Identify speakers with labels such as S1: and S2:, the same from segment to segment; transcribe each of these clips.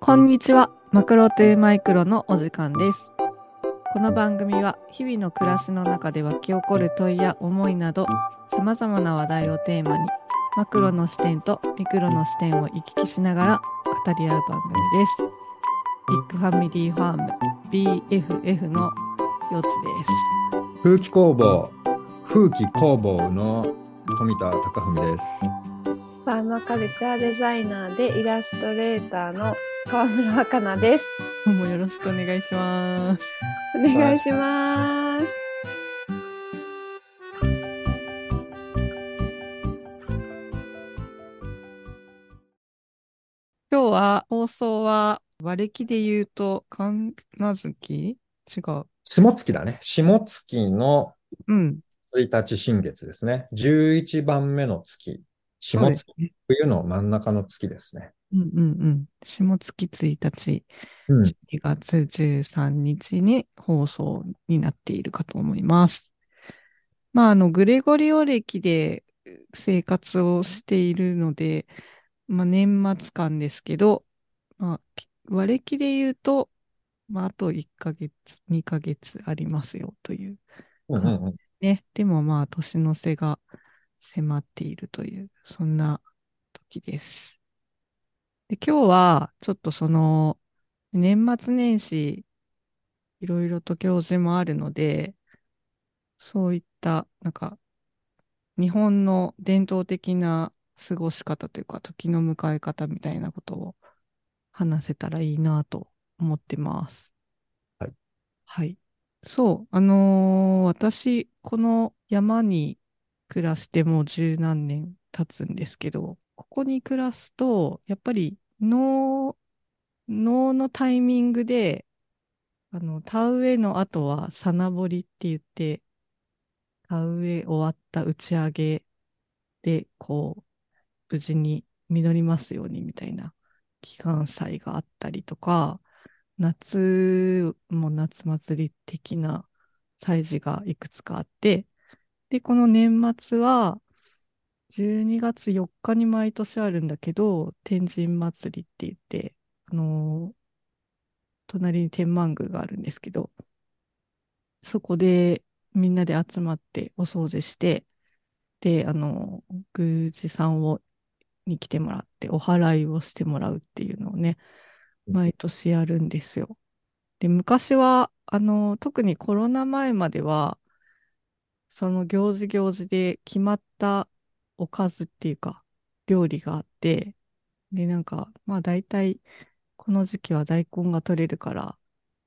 S1: こんにちは。マクロトゥーマイクロのお時間です。この番組は日々の暮らしの中で湧き起こる問いや思いなど様々な話題をテーマにマクロの視点とミクロの視点を行き来しながら語り合う番組です。ビッグファミリーファーム BFF のよつです。
S2: 風紀工房風紀工房の富田貴文です。
S3: ファーマカルチャーデザイナーでイラストレーターの川村若菜です。
S1: 今日もよろしくお願いします。
S3: お願いします。
S1: 今日は放送は和暦で言うと神無月違う。
S2: 下月だね。下月の
S1: うん。
S2: 1日新月ですね。11番目の月。下
S1: そうで
S2: 月
S1: す、ね。
S2: 冬の真ん中の月ですね。
S1: うんうんうん。下月1日、
S2: うん。
S1: 12月13日に放送になっているかと思います。まあ、あの、グレゴリオ暦で生活をしているので、まあ、年末間ですけど、まあ、き和暦で言うと、まあ、あと1ヶ月、2ヶ月ありますよという。
S2: うんうんうん
S1: ね、でもまあ、年の瀬が迫っているという、そんな時です。で、今日は、ちょっとその、年末年始、いろいろと行事もあるので、そういった、なんか、日本の伝統的な過ごし方というか、時の迎え方みたいなことを話せたらいいなと思ってます。
S2: はい。
S1: はい。そう、あのー私、この山に暮らしてもう十何年経つんですけど、ここに暮らすと、やっぱり農、農のタイミングで、あの、田植えの後は、さなぼりって言って、田植え終わった打ち上げで、こう、無事に実りますようにみたいな祈願祭があったりとか、夏も夏祭り的な祭事がいくつかあって、で、この年末は、12月4日に毎年あるんだけど、天神祭りって言って、あのー隣に天満宮があるんですけど、そこでみんなで集まってお掃除して、で、あのー宮司さんを、に来てもらって、お祓いをしてもらうっていうのをね、
S2: うん
S1: 毎年やるんですよ。で、昔は、あのー特にコロナ前までは、その行事行事で決まったおかずっていうか、料理があって、で、なんか、まあ大体、この時期は大根が取れるから、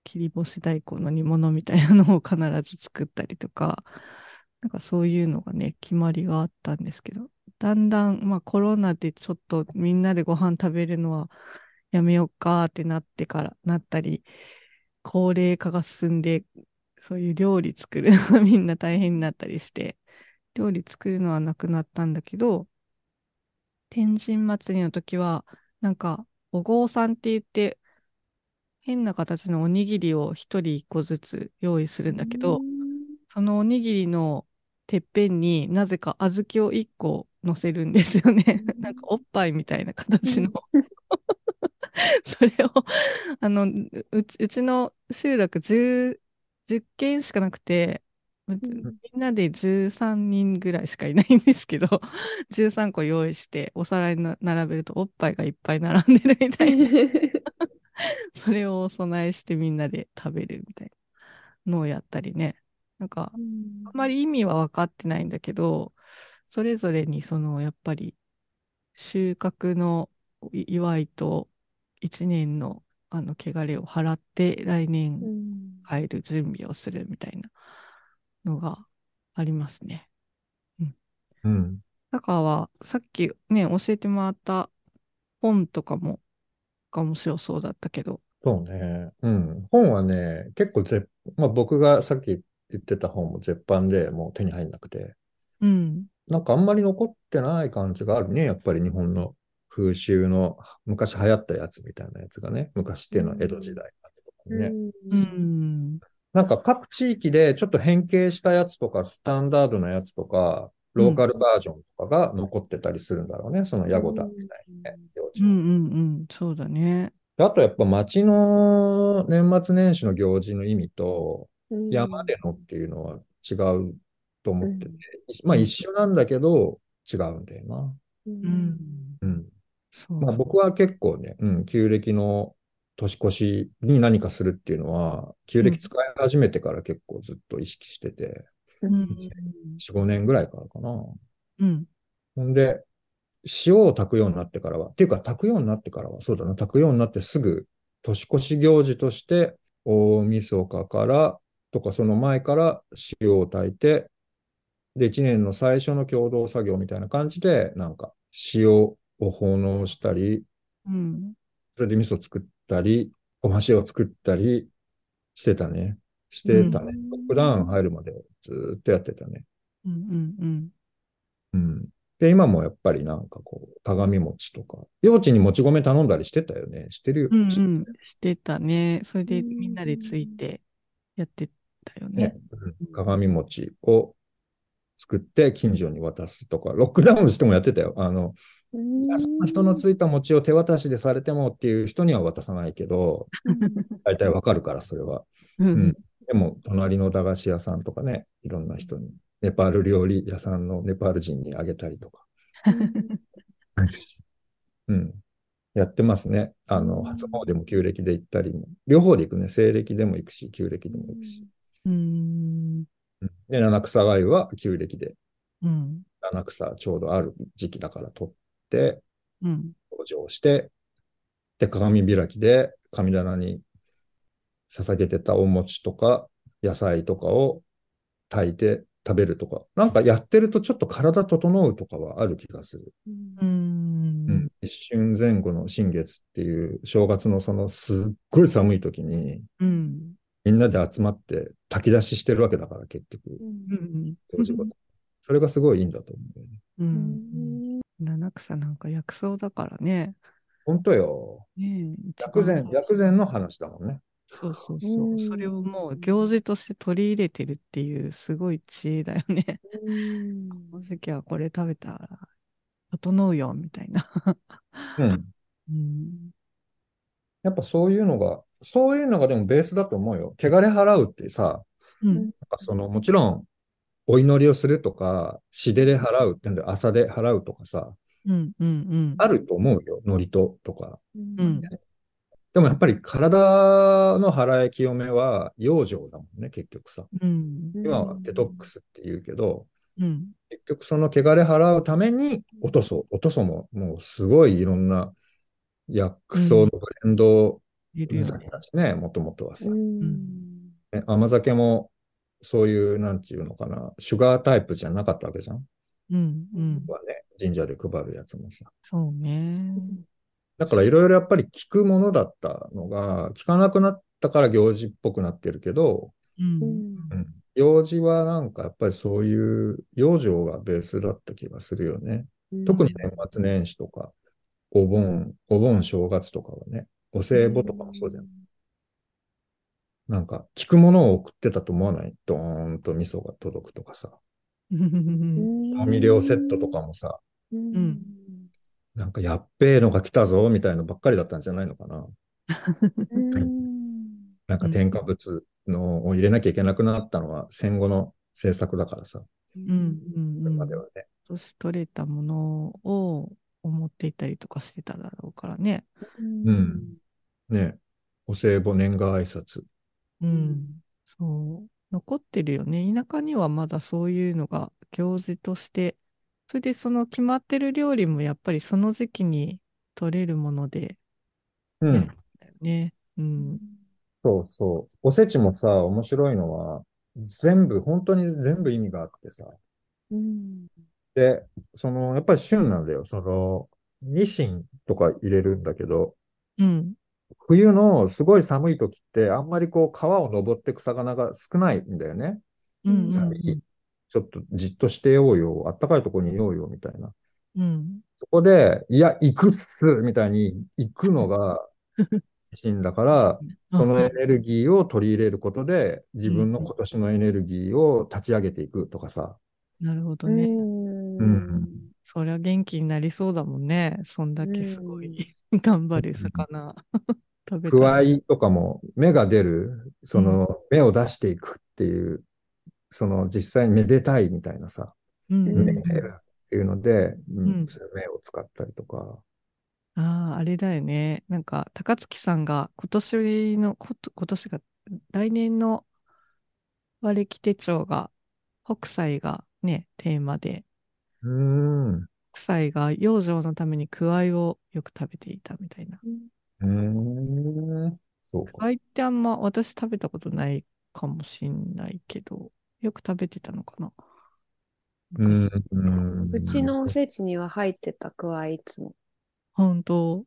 S1: 切り干し大根の煮物みたいなのを必ず作ったりとか、なんかそういうのがね、決まりがあったんですけど、だんだん、まあコロナでちょっとみんなでご飯食べるのはやめようかってなってから、なったり、高齢化が進んで、そういう料理作る のがみんな大変になったりして、料理作るのはなくなったんだけど、天神祭りの時は、なんか、お郷さんって言って、変な形のおにぎりを一人一個ずつ用意するんだけど、そのおにぎりのてっぺんになぜか小豆を1個乗せるんですよね。
S3: うん
S1: なんかおっぱいみたいな形の。それをあのううちうちの集落 10, 10軒しかなくて、うみんなで13人ぐらいしかいないんですけど、13個用意してお皿にな並べるとおっぱいがいっぱい並んでるみたいな。それをお供えしてみんなで食べるみたいなのをやったりね。なんか、あんまり意味は分かってないんだけど、それぞれにそのやっぱり収穫のい祝いと一年のあの汚れを払って来
S3: う
S1: 年
S3: ん
S1: 帰る準備をするみたいなのがありますね。
S2: うん。
S1: だからさっきね、教えてもらった本とかも、が面白そうだったけど。
S2: そうね。うん。本はね、結構絶、まあ僕がさっき言ってた本も絶版でもう手に入んなくて、
S1: うん。
S2: なんかあんまり残ってない感じがあるね。やっぱり日本の風習の昔流行ったやつみたいなやつがね。昔っていうのは江戸時代とかね。
S1: う。ん。
S2: なんか各地域でちょっと変形したやつとか、スタンダードなやつとか、ローカルバージョンとかが残ってたりするんだろうね。そのヤゴタみたいなね。
S1: うんうんうん。そうだね。
S2: あとやっぱ町の年末年始の行事の意味と、
S3: うん
S2: 山でのっていうのは違うと思ってて、まあ一緒なんだけど違うんだよな。
S3: うん
S1: うん。
S2: うん。
S1: そう
S2: まあ僕は結構ね、うん、旧暦の年越しに何かするっていうのは、旧暦使い始めてから結構ずっと意識してて、
S1: うん
S2: 4、5年ぐらいからかな。
S1: うん。
S2: ほんで、塩を炊くようになってからは、っていうか炊くようになってからは、そうだな、炊くようになってすぐ、年越し行事として、大晦日から、とかその前から塩を炊いて、で、一年の最初の共同作業みたいな感じで、なんか、塩を奉納したり、
S1: うん。
S2: それで味噌作ったり、ごま塩作ったりしてたね。してたね。
S3: うん
S2: 普段入るまでずーっとやってたね。
S1: うん。うん。うん。
S2: うん。で、今もやっぱりなんかこう、鏡餅とか、幼稚にもち米頼んだりしてたよね。してるよ。
S1: うんうん
S2: してる
S1: してたね。それで
S3: うん
S1: みんなでついてやってたよ
S2: ね
S1: ね。
S2: うん鏡餅を作って近所に渡すとか、ロックダウンしてもやってたよ。あの、いやそんな人のついた餅を手渡しでされてもっていう人には渡さないけど、大体わかるから、それは。
S1: うん
S2: んでも、隣の駄菓子屋さんとかね、いろんな人に、ネパール料理屋さんのネパール人にあげたりとか。うん。やってますね。あの、初詣も旧暦で行ったりも、両方で行くね。西暦でも行くし、旧暦でも行くし。
S1: うん。
S2: うんで、七草がゆは旧暦で、
S1: うん。
S2: 七草ちょうどある時期だから取って、
S1: うん。
S2: 登場して、で、鏡開きで神棚に捧げてたお餅とか、野菜とかを炊いて食べるとか、なんかやってるとちょっと体整うとかはある気がする。
S1: う
S2: うん
S1: ん。
S2: 立春前後の新月っていう正月のそのすっごい寒い時に
S1: うん。
S2: みんなで集まって炊き出ししてるわけだから結局、
S1: うん。
S2: 行事ごとそれがすごいいいんだと思うよね。
S1: うん。七草なんか薬草だからね。
S2: 本当よ。
S1: ねえ一番
S2: 薬膳、薬膳の話だもんね。
S1: そうそうそうう。
S3: ん
S1: それをもう行事として取り入れてるっていうすごい知恵だよ ね。この時期はこれ食べたら整うよみたいな。
S2: うん。
S1: うん。
S2: やっぱそういうのが、そういうのがでもベースだと思うよ。汚れ払うってさ、
S1: うん。
S2: なんかそのもちろんお祈りをするとか、しでれ払うってんで、朝で払うとかさ、
S1: うん。うん。うん。
S2: あると思うよ。祝詞とか。
S1: うん。
S2: でもやっぱり体の払い清めは養生だもんね、結局さ。
S1: うん。
S2: 今はデトックスって言うけど、
S1: うん。
S2: 結局その汚れ払うために、おとそ、おとそももうすごいいろんな薬草のブレンド
S1: いるよね
S2: 酒だしね、もともとはさ、
S3: うん
S2: ね甘酒もそういう、なんていうのかな、シュガータイプじゃなかったわけじゃん。
S1: うん。うん。
S2: はね、神社で配るやつもさ。
S1: そうね。
S2: だからいろいろやっぱり聞くものだったのが、聞かなくなったから行事っぽくなってるけど、
S1: うん。
S2: うん行事はなんかやっぱりそういう養生がベースだった気がするよね。特に年末年始とか、お盆、お盆正月とかはね、お歳暮とかもそうじゃん。なんか、聞くものを送ってたと思わないドーンと味噌が届くとかさ、
S1: うん。
S2: 調味料セットとかもさ、
S3: うん
S2: なんかやっべえのが来たぞみたいのばっかりだったんじゃないのかな。なんか添加物のを入れなきゃいけなくなったのは戦後の政策だからさ、
S1: うん。
S2: それまではね。
S1: 年取れたものを思っていたりとかしてただろうからね。
S2: うんね、お歳暮年賀挨拶。
S1: うんん。そう。残ってるよね。田舎にはまだそういうのが行事として、それでその決まってる料理もやっぱりその時期に取れるもので、
S2: う
S1: ね。ね。うん。
S2: そうそう。おせちもさ、面白いのは、全部、本当に全部意味があってさ。で、その、やっぱり旬なんだよ。その、ニシンとか入れるんだけど、
S1: うん。
S2: 冬のすごい寒い時って、あんまりこう、川を登ってく魚が少ないんだよね。
S1: うん。
S3: うん
S2: ちょっとじっとしてようよ、あったかいとこにいようよ、みたいな。
S1: うん。
S2: そこで、いや、行くっすみたいに行くのが、ニシンだから、そのエネルギーを取り入れることで、自分の今年のエネルギーを立ち上げていくとかさ。
S1: なるほどね。 そりゃ元気になりそうだもんね。そんだけすごい頑張る魚。食べ
S2: くわ
S1: たい。
S2: いとかも芽が出る、その芽を出していくっていう、その実際にめでたいみたいなさ、
S1: うんうん
S2: め
S1: う
S2: で
S1: ん
S2: るっていうので、うん
S1: うん
S2: そういう芽を使ったりとか、
S1: ああ、あれだよね。なんか、高槻さんが今年の、こと今年が、来年の和暦手帳が、北斎がね、テーマで、
S2: うーん、う
S1: 北斎が養生のためにくわいをよく食べていたみたいな。
S2: ーん、そう
S1: く
S2: か。
S1: わいってあんま私食べたことないかもしんないけど、よく食べてたのかな。
S2: う
S1: 昔
S2: ん、うん
S3: うちのおせちには入ってたくわいつも。
S1: 本当。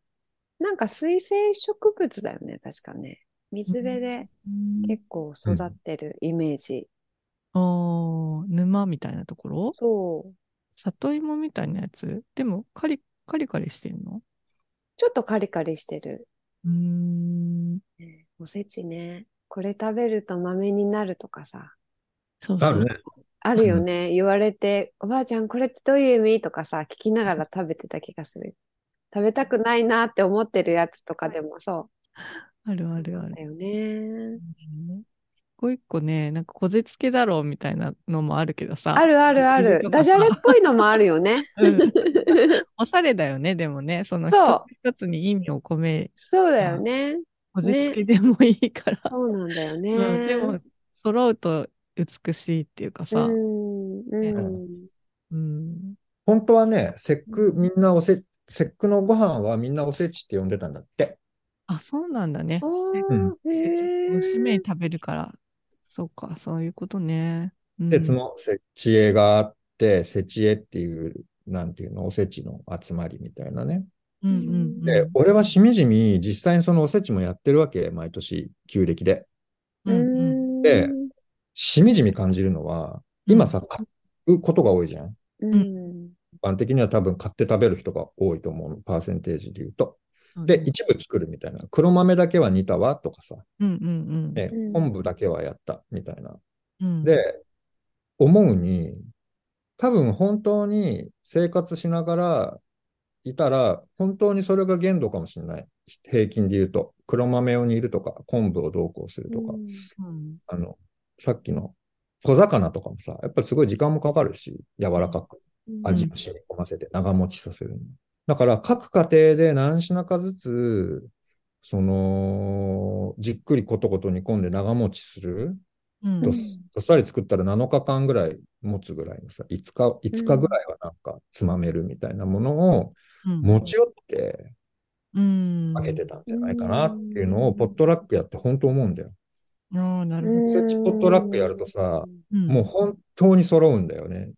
S3: なんか水生植物だよね、確かね。水辺で結構育ってるイメージ。
S1: ああ、沼みたいなところ
S3: そう。
S1: 里芋みたいなやつでも、カリ、カリカリしてんの
S3: ちょっとカリカリしてる。
S1: うーん。
S3: ねおせちね。これ食べると豆になるとかさ。
S1: そう
S2: あ
S1: そう
S2: るね。
S3: あるよね。言われて、おばあちゃん、これってどういう意味とかさ、聞きながら食べてた気がする。食べたくないなって思ってるやつとかでもそ
S1: ある
S3: う。
S1: あるあ
S3: だ
S1: る。
S3: よね。
S1: 一個一個ね、なんかこじつけだろうみたいなのもあるけどさ。
S3: あるあるあ
S1: いろい
S3: る。
S1: ろ
S3: ダジャレっぽいのもあるよ ね。
S1: うん おしゃれだよね、でもね。その一
S3: そう
S1: つ一つに意味を込め、
S3: そうだよね。
S1: こじつけでもいいから。
S3: そうなんだよ
S1: うん、
S3: ね。
S1: でも、揃うと美しいっていうか
S3: う
S1: さ。うん
S3: ん、うん。
S1: うん
S2: 本当はね、節句、みんなおせ、節句のご飯はみんなおせちって呼んでたんだって。
S1: あ、そうなんだね
S3: あ。あ、
S1: 結
S3: へ
S1: 構節目に
S3: え。
S1: 食べるから、そうか、そういうことね。うん
S2: 節の節知恵があって、節知恵っていう、なんていうの、おせちの集まりみたいなね。
S1: うんうんうん
S2: で、俺はしみじみ実際にそのおせちもやってるわけ、毎年、旧暦で。
S1: うんうん
S3: ん
S2: でしみじみ感じるのは、今さ、買うことが多いじゃん。
S3: うん。
S2: 一般的には多分買って食べる人が多いと思うの、パーセンテージで言うと。
S1: そう
S2: で、
S1: ね
S2: 一部作るみたいな。黒豆だけは煮たわとかさ、
S1: うんうん
S2: ね
S3: うん
S2: 昆布だけはやったみたいな。
S1: うんうん。
S2: で、思うに、多分本当に生活しながらいたら、本当にそれが限度かもしれない。平均で言うと、黒豆を煮るとか、昆布をどうこうするとか、
S1: うん
S2: あの、さっきの小魚とかもさ、やっぱりすごい時間もかかるし、柔らかく味を染み込ませて長持ちさせるの。だから各家庭で何品かずつ、その、じっくりことこと煮込んで長持ちする
S1: うん
S2: どっどっさり作ったら7日間ぐらい持つぐらいのさ、5日、5日ぐらいはなんかつまめるみたいなものを
S1: うん
S2: 持ち寄って
S1: うん
S2: あげてたんじゃないかなっていうのを、ポットラックやって本当思うんだよ。
S1: ああ、なるほ
S2: お
S1: ど。
S2: せちポットラックやるとさ
S1: う
S2: もう本当に揃うんだよね。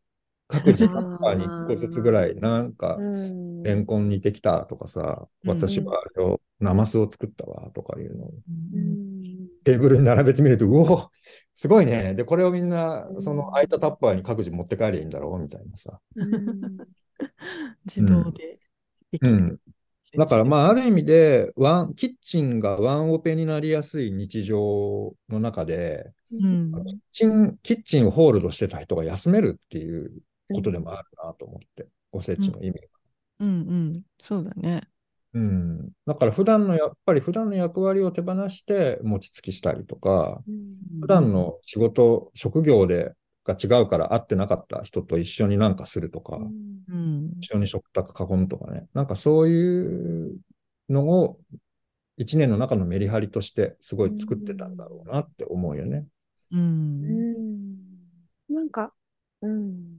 S2: 各自
S3: あー
S2: タッパーに1個ずつぐらい、なんか
S3: う、ん、
S2: レンコン煮てきたとかさ、
S1: うん
S2: 私はあれを、ナマスを作ったわとかいうのを
S3: う
S1: うん
S3: ん
S2: テーブルに並べてみると、うおすごいね。で、これをみんな
S3: う、ん
S2: その空いたタッパーに各自持って帰りゃいいんだろうみたいなさ。
S3: うん
S1: 自動ででき
S2: う
S1: る
S2: ん。だから、まあ、ある意味で、ワン、キッチンがワンオペになりやすい日常の中で、
S1: うん
S2: キッチン、キッチンをホールドしてた人が休めるっていうことでもあるなと思って、おせちの意味が。
S1: うんうん。そうだね。
S2: うん。だから、普段の、やっぱり普段の役割を手放して、餅つきしたりとか、普段の仕事、職業で、が違うから会ってなかった人と一緒になんかするとか、
S1: うん。
S2: 一緒に食卓囲むとかね、なんかそういうのを一年の中のメリハリとしてすごい作ってたんだろうなって思うよね。
S1: うん。
S3: うんなんか、うん、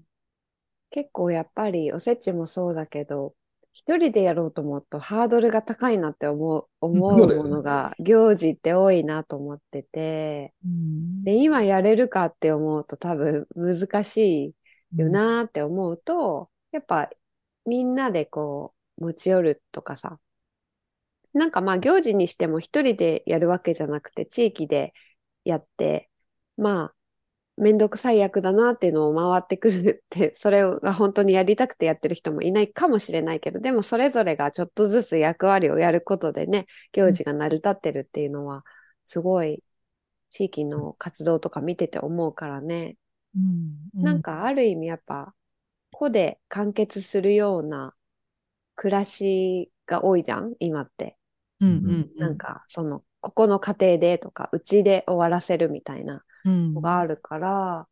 S3: 結構やっぱりおせちもそうだけど、一人でやろうと思うとハードルが高いなって思う、思
S2: そう
S3: う
S2: だよ
S3: も
S2: ね
S3: のが、行事って多いなと思ってて、
S1: うん
S3: で、今やれるかって思うと多分難しいよなって思うと、やっぱみんなでこう持ち寄るとかさ、なんかまあ行事にしても一人でやるわけじゃなくて地域でやって、まあめんどくさい役だなっていうのを回ってくるって、 それが本当にやりたくてやってる人もいないかもしれないけど、でもそれぞれがちょっとずつ役割をやることでね、行事が成り立ってるっていうのはすごい地域の活動とか見てて思うからね、
S1: うん。
S3: なんかある意味やっぱ個で完結するような暮らしが多いじゃん今って。
S1: うんうんうん。
S3: なんかそのここの家庭でとかうちで終わらせるみたいな
S1: うん、
S3: のがあるから、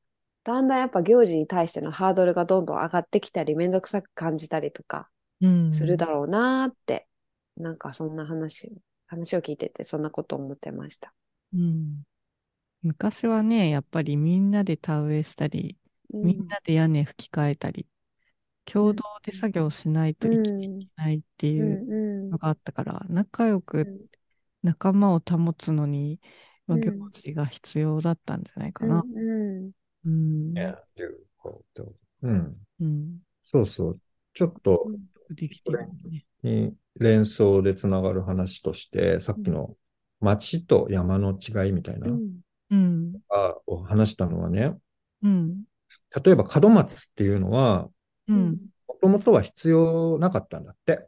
S3: だんだんやっぱ行事に対してのハードルがどんどん上がってきたりめんどくさく感じたりとか
S1: うん
S3: するだろうなーって、なんかそんな話話を聞いててそんなこと思ってました。
S1: うん昔はね、やっぱりみんなで田植えしたり、
S3: う
S1: みんなで屋根吹き替えたり、共同で作業しないと生きていけないって
S3: う
S1: い
S3: ん
S1: う
S3: うん
S1: のがあったから、仲良
S3: う
S1: く
S3: ん
S1: 仲間を保つのには
S3: うん
S1: 行事が必要だったんじゃないか
S3: うん
S1: な。
S3: うん
S1: うん。
S2: うん。
S1: うん。
S2: そうそう。ちょっと、
S1: できてるね。
S2: に連想でつながる話として、さっきの町と山の違いみたいな
S3: う
S2: の
S3: ん
S1: うん。
S2: を話したのはね、
S1: うん。
S2: 例えば門松っていうのは、
S1: う。
S3: うん
S2: もともとは必要なかったんだって。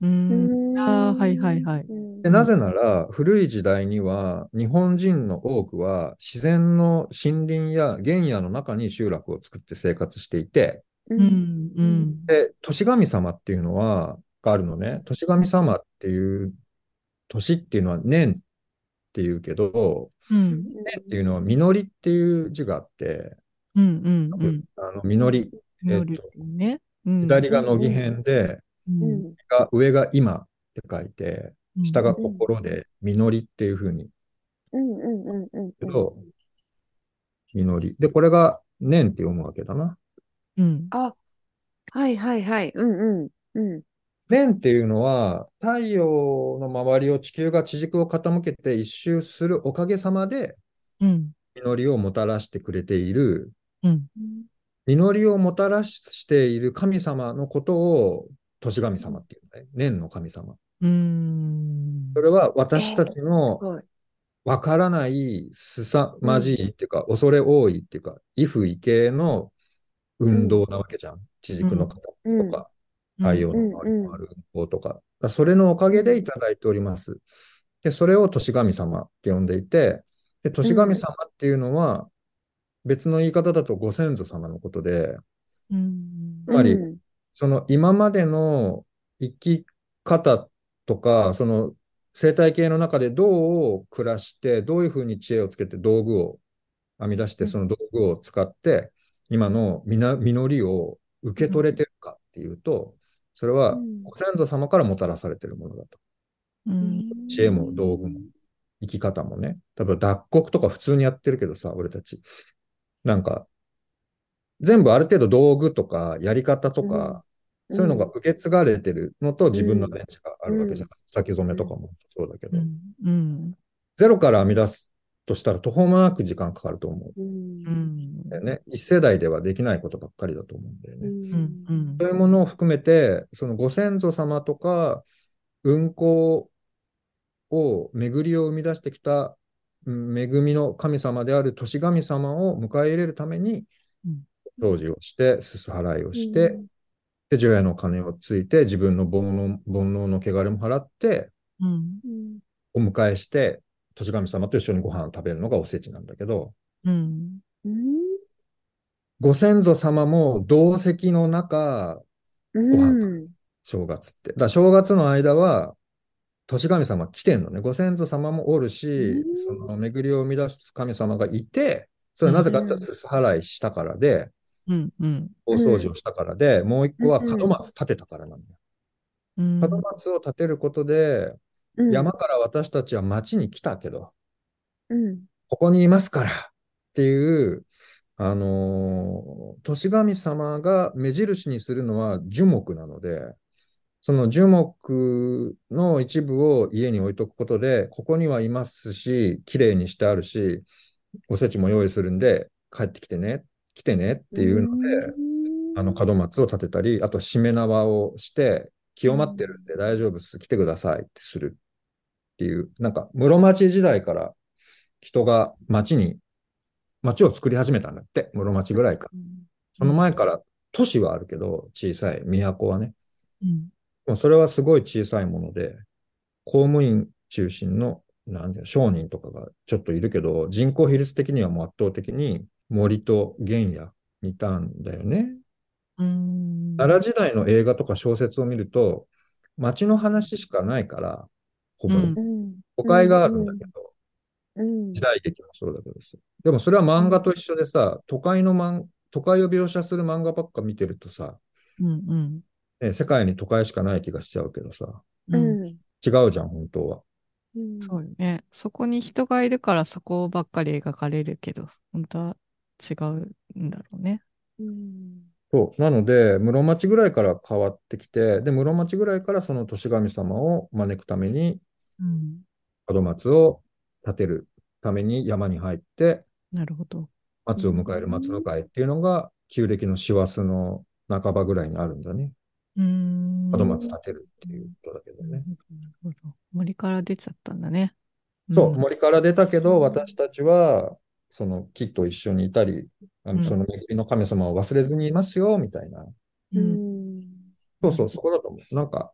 S1: うん。
S3: ん
S1: あーはいはいはい
S3: うん
S2: でなぜなら、古い時代には、日本人の多くは自然の森林や原野の中に集落を作って生活していて、
S3: う
S1: うんん。うん。
S2: で、年神様っていうのは、があるのね。年神様っていう、年っていうのは年っていうけど、
S1: うん。
S2: 年っていうのは実りっていう字があって、
S1: うん。うん。うん。
S2: あの実り、えっ
S1: 能
S2: と
S1: 力ね。うん。
S2: 左が乃木編で、
S1: うん。
S2: が上が今って書いて、
S1: うん
S2: 下が心で実りっていうふうに
S3: うんうんうんうん
S2: けど、実り。で、これが年って読むわけだな。
S1: うん。
S3: あ、はいはいはい。うんうん。うん。
S2: 年っていうのは、太陽の周りを地球が地軸を傾けて一周するおかげさまで、
S1: うん。
S2: 実りをもたらしてくれている、
S1: うん。
S2: 実りをもたらしている神様のことを、年神様っていうね。年の神様。
S1: うん。
S2: それは私たちの
S3: すごい。
S2: わからない、すさまじいっていうか、恐れ多いっていうか、異不異形の運動なわけじゃん。地軸の方と
S3: うん
S2: か、太陽
S1: うん
S2: の周りのある方とか。だからそれのおかげでいただいております。で、それを年神様って呼んでいて、で、年神様っていうのは、別の言い方だとご先祖様のことで、
S1: うん
S2: つまり
S3: うん
S2: その今までの生き方とか、その生態系の中でどう暮らして、どういうふうに知恵をつけて道具を編み出して、
S1: うん
S2: その道具を使って、今のみな実りを受け取れてるかっていうと、それは
S3: うん
S2: ご先祖様からもたらされてるものだと。
S1: うん
S2: 知恵も道具も生き方もね。例えば脱穀とか普通にやってるけどさ、俺たち。なんか、全部ある程度道具とかやり方とか、そういうのが受け継がれてるのと自分の電池があるわけじゃん。先染めとかもそうだけど、
S1: うん
S2: ゼロから編み出すとしたら途方もなく時間かかると思うん
S3: うん
S1: う
S3: うん
S1: ん
S2: だよね。一世代ではできないことばっかりだと思うんだよね。
S1: うんうん
S2: そういうものを含めて、そのご先祖様とか、運行を、巡りを生み出してきた、うん恵みの神様である年神様を迎え入れるために
S1: うん、
S2: 掃除をして、すす払いをして、で、除夜の鐘をついて、自分の煩悩煩悩の汚れも払って、
S1: うん
S3: うん
S2: お迎えして、年神様と一緒にご飯を食べるのがおせちなんだけど、
S1: うん
S3: うん
S2: ご先祖様も同席の中、
S3: うん
S2: 正月って。だから正月の間は、年神様来てんのね。ご先祖様もおるし
S3: う、
S2: そ
S3: ん
S2: の巡りを生み出す神様がいて、それはなぜかって
S3: うん
S2: すす払いしたからで、
S1: うんうん
S2: 大掃除をしたからで、もう一個は門松建てたからなんだよ。
S1: うん
S2: 門松を建てることで、
S3: うん
S2: 山から私たちは町に来たけど、
S3: うん
S2: ここにいますからっていう、あのー、年神様が目印にするのは樹木なので、その樹木の一部を家に置いとくことで、ここにはいますし、綺麗にしてあるし、おせちも用意するんで、帰ってきてね、来てねっていうので、
S3: うん
S2: あの門松を建てたり、あとしめ縄をして、清まってるんで大丈夫です、来てくださいってするっていう、なんか室町時代から人が町に、町を作り始めたんだって、室町ぐらいから。その前から都市はあるけど、小さい都はね。
S1: うん
S2: でもそれはすごい小さいもので、公務員中心の、なんだよ、商人とかがちょっといるけど、人口比率的にはもう圧倒的に森と原野にいたんだよね。
S1: うん
S2: 奈良時代の映画とか小説を見ると、町の話しかないから、古
S1: う
S2: 文。
S1: ん
S3: うん。
S2: 誤解があるんだけど、
S3: うん。
S2: 時代劇もそうだけどさ。でもそれは漫画と一緒でさ、都会の漫、都会を描写する漫画ばっか見てるとさ、
S1: うん
S2: ね、世界に都会しかない気がしちゃうけどさ、
S1: うん。うん。
S3: うん。
S2: 違うじゃん、本当は。
S3: うん
S1: そうよね。そこに人がいるからそこばっかり描かれるけど、本当は違うんだろうね。
S3: うん
S2: そう。なので、室町ぐらいから変わってきて、で、室町ぐらいからその年神様を招くために、
S1: うん。
S2: 門松を建てるために山に入って、
S1: なるほど。
S2: 松を迎える松の会っていうのが、旧暦の師走の半ばぐらいにあるんだね。
S1: うーん。
S2: 門松建てるっていうことだけど
S1: なる
S2: ね。
S1: ほどなるほど森から出ちゃったんだね。
S2: そう、
S1: ん
S2: 森から出たけ
S3: う
S2: ど、
S3: ん
S2: 私たちは、その木と一緒にいたり、あ
S1: う
S2: の
S1: ん
S2: その恵みの神様を忘れずにいますよ、みたいな。
S3: う
S1: うん
S3: ん。
S2: そうそう、そこだと思う。なんか、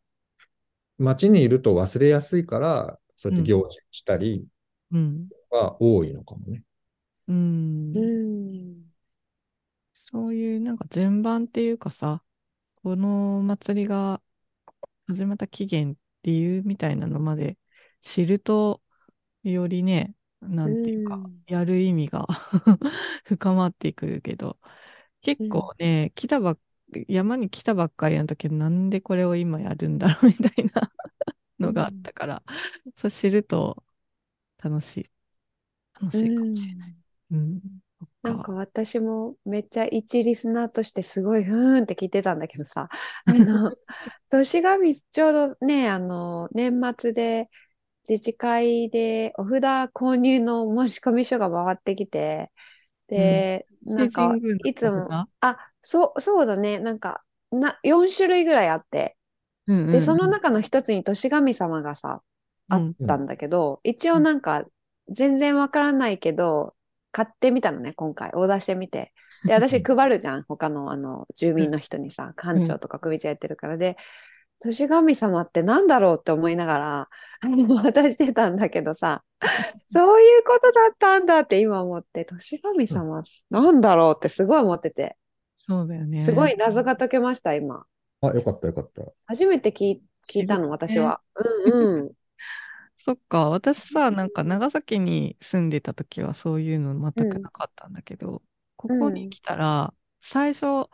S2: 街にいると忘れやすいから、そうやって行事したり
S1: うん。
S2: は多いのかもね。
S1: うん。
S3: うん。
S1: そういうなんか順番っていうかさ、このお祭りが始まった期限っていうみたいなのまで知ると、よりね、なんていうか、
S3: うん
S1: やる意味が 深まってくるけど、結構ね、来たばっ山に来たばっかりの時なんでこれを今やるんだろうみたいな のがあったから、そう知ると楽しい。楽しいかもしれない。うん。そっ
S3: なんか私もめっちゃ一リスナーとしてすごいふーんって聞いてたんだけどさ、 あの、年神、ちょうどね、あの、年末で自治会でお札購入の申し込み書が回ってきて、で、なんか
S1: 成人軍の
S3: いつも、
S1: 方
S3: あ、そう、そうだね、なんか、な、4種類ぐらいあって、
S1: うんうんうん
S3: で、その中の一つに年神様がさ、あ
S1: うん
S3: ったんだけど、一応なんか全然わからないけど、買ってみたのね、今回。オーダーしてみて。で、私配るじゃん。他のあの、住民の人にさ、館長とか組長やってるからで、年神様ってなんだろうって思いながら、 あの渡してたんだけどさ、そういうことだったんだって今思って、年神様なんだろうってすごい思ってて、
S1: そうだよね。
S3: すごい謎が解けました、今。
S2: あ、よかったよかった。
S3: 初めて聞い聞いたの、私 は。うんうん。
S1: そっか、私さ、なんか長崎に住んでた時はそういうの全くなかったんだけど、ここに来たら、最初、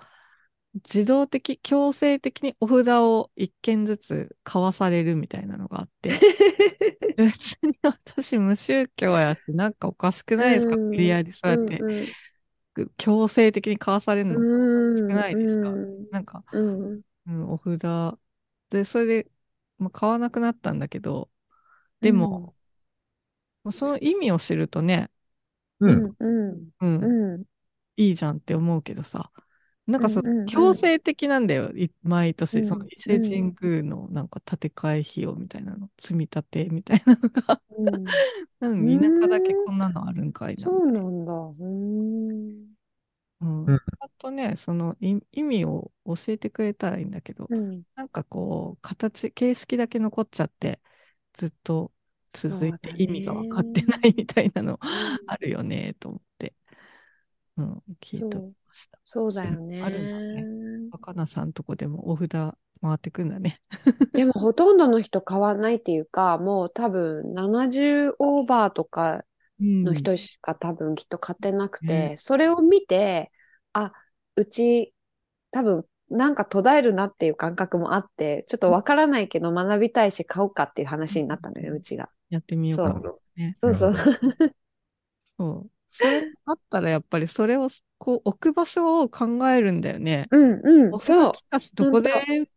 S1: 自動的、強制的にお札を一件ずつ買わされるみたいなのがあって、 別に私無宗教やし、なんかおかしくないですか、
S3: うん
S1: 無理やりそうやって、
S3: うん
S1: 強制的に買わされるの、
S3: うん、
S1: 少ないですか
S3: うん
S1: なんか、
S3: うん
S1: うん、お札。で、それで、まあ、買わなくなったんだけど、でも、まあその意味を知るとね、
S2: う。
S3: うんんうん
S1: うん、
S3: うん
S1: いいじゃんって思うけどさ、なんかそ
S3: うんうんう
S1: の
S3: ん
S1: 強制的なんだよ、い毎年、その
S3: うん
S1: 伊勢神宮のなんか建て替え費用みたいなの、積み立てみたいな のが、
S3: うん、
S1: うん田舎だけこんなのあるんかいな。
S3: そうなんだ。うーん
S1: うん、
S2: うん
S1: ちゃんとね、そのい意味を教えてくれたらいいんだけど、
S3: うん、
S1: なんかこう、形、形式だけ残っちゃって、ずっと続いて
S3: そうだね
S1: 意味が分かってないみたいなのあるよね、と思って、うん、聞い
S3: そ
S1: て
S3: う、
S1: ました。
S3: そうだよね
S1: あるん若菜さんとこでもお札回ってくんだね。
S3: でもほとんどの人買わないっていうか、もう多分70オーバーとかの人しか多分きっと買ってなくて、
S1: ね
S3: それを見て、あ、うち多分なんか途絶えるなっていう感覚もあって、ちょっとわからないけど学びたいし買おうかっていう話になったのよね、うちが。
S1: やってみよう
S2: な
S1: か
S2: る
S1: な
S2: ほど。
S1: ね。
S3: そうそう。
S1: そう。それあったらやっぱりそれをこう置く場所を考えるんだよね。
S3: うんうん、
S1: お札
S3: そう
S1: し。かしどこで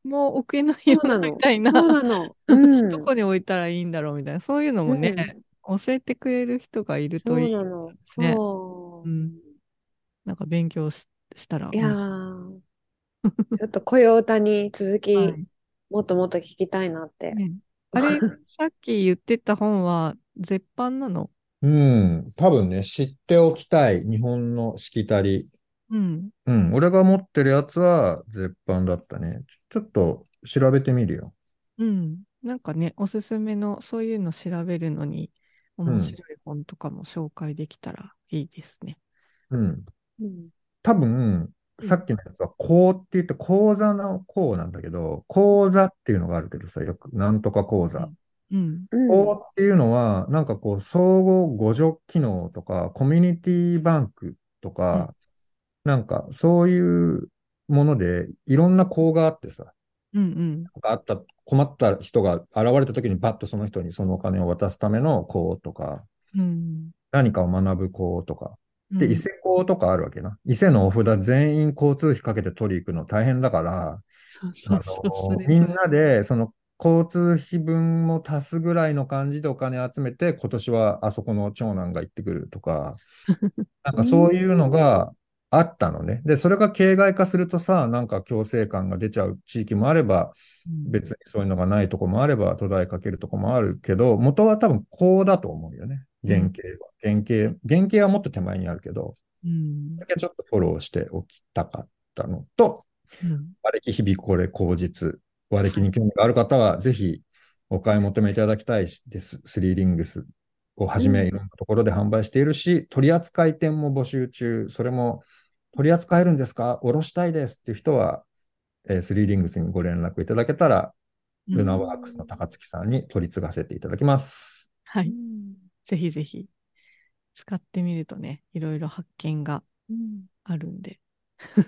S1: も置けないよ
S3: そうなの
S1: みたいな。
S3: そ うなの。うん。
S1: どこに置いたらいいんだろうみたいな。そういうのもね、教えてくれる人がいる
S3: そ
S1: と
S3: う
S1: いい。
S3: なの。
S1: ね
S3: そう。
S1: うんなんか勉強ししたら。
S3: いやー、ちょっと雇用歌に続き、
S1: うんはい
S3: もっともっと聞きたいなって。
S1: ねあれ、さっき言ってた本は絶版なの
S2: うん。多分ね、知っておきたい日本のしきたり。
S1: うん。
S2: うん。俺が持ってるやつは絶版だったね。ちょちょっと調べてみるよ。
S1: うん。なんかね、おすすめの、そういうの調べるのに、面白い本とかも紹介できたらいいですね。
S2: うん。
S3: うん
S2: 多分、さっきのやつは、講って言って、講座の講なんだけど、講座っていうのがあるけどさ、よく、なんとか講座。
S1: うん。
S3: うん。
S2: 法っていうのは、なんかこう、総合互助機能とか、コミュニティバンクとか、なんかそういうもので、いろんな法があってさ、
S1: うん
S2: なんかあった、困った人が現れた時にバッとその人にそのお金を渡すための法とか、
S1: うん。うん。
S2: 何かを学ぶ法とか、
S1: うん
S2: で、伊勢講とかあるわけな。伊勢のお札全員交通費かけて取り行くの大変だから、
S1: そうそ
S2: あ
S1: うそうそ
S2: の
S1: れ
S2: みんなでその交通費分も足すぐらいの感じでお金集めて、今年はあそこの長男が行ってくると か、なんかそういうのがあったのね。で、それが形骸化するとさ、なんか強制感が出ちゃう地域もあれ
S1: う
S2: ば、
S1: ん
S2: 別にそういうのがないとこもあれば、途絶えかけるとこもあるけど、元は多分こうだと思うよね。原型は。原型、原型はもっと手前にあるけど、
S1: うん
S2: だけちょっとフォローしておきたかったのと、
S1: うん
S2: 和暦日々これ口実、和暦に興味がある方は、ぜひお買い求めいただきたいです。スリーリングスをはじめ、
S3: うん
S2: いろんなところで販売しているし、取扱店も募集中、それも取り扱えるんですかおろしたいですっていう人は、えースリーリングスにご連絡いただけたら、
S1: うん
S2: ルナワークスの高月さんに取り継がせていただきます。
S1: は
S3: う
S1: い。
S3: ん
S1: ぜひぜひ使ってみるとね、いろいろ発見が
S3: うん
S1: あるんで。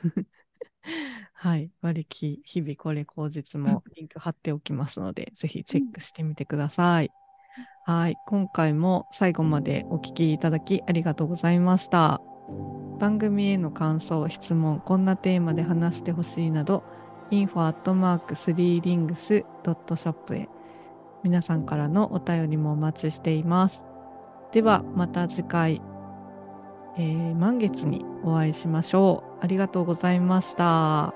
S1: はい。割り切日々これ口実もリンク貼っておきますので、ぜひチェックしてみてください。はい。今回も最後までお聞きいただきありがとうございました。番組への感想、質問、こんなテーマで話してほしいなど、info.3rings.shop へ皆さんからのお便りもお待ちしています。では、また次回えー満月にお会いしましょう。ありがとうございました。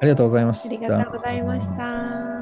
S2: ありがとうございまし
S3: あ
S2: た。
S3: りがとうございました。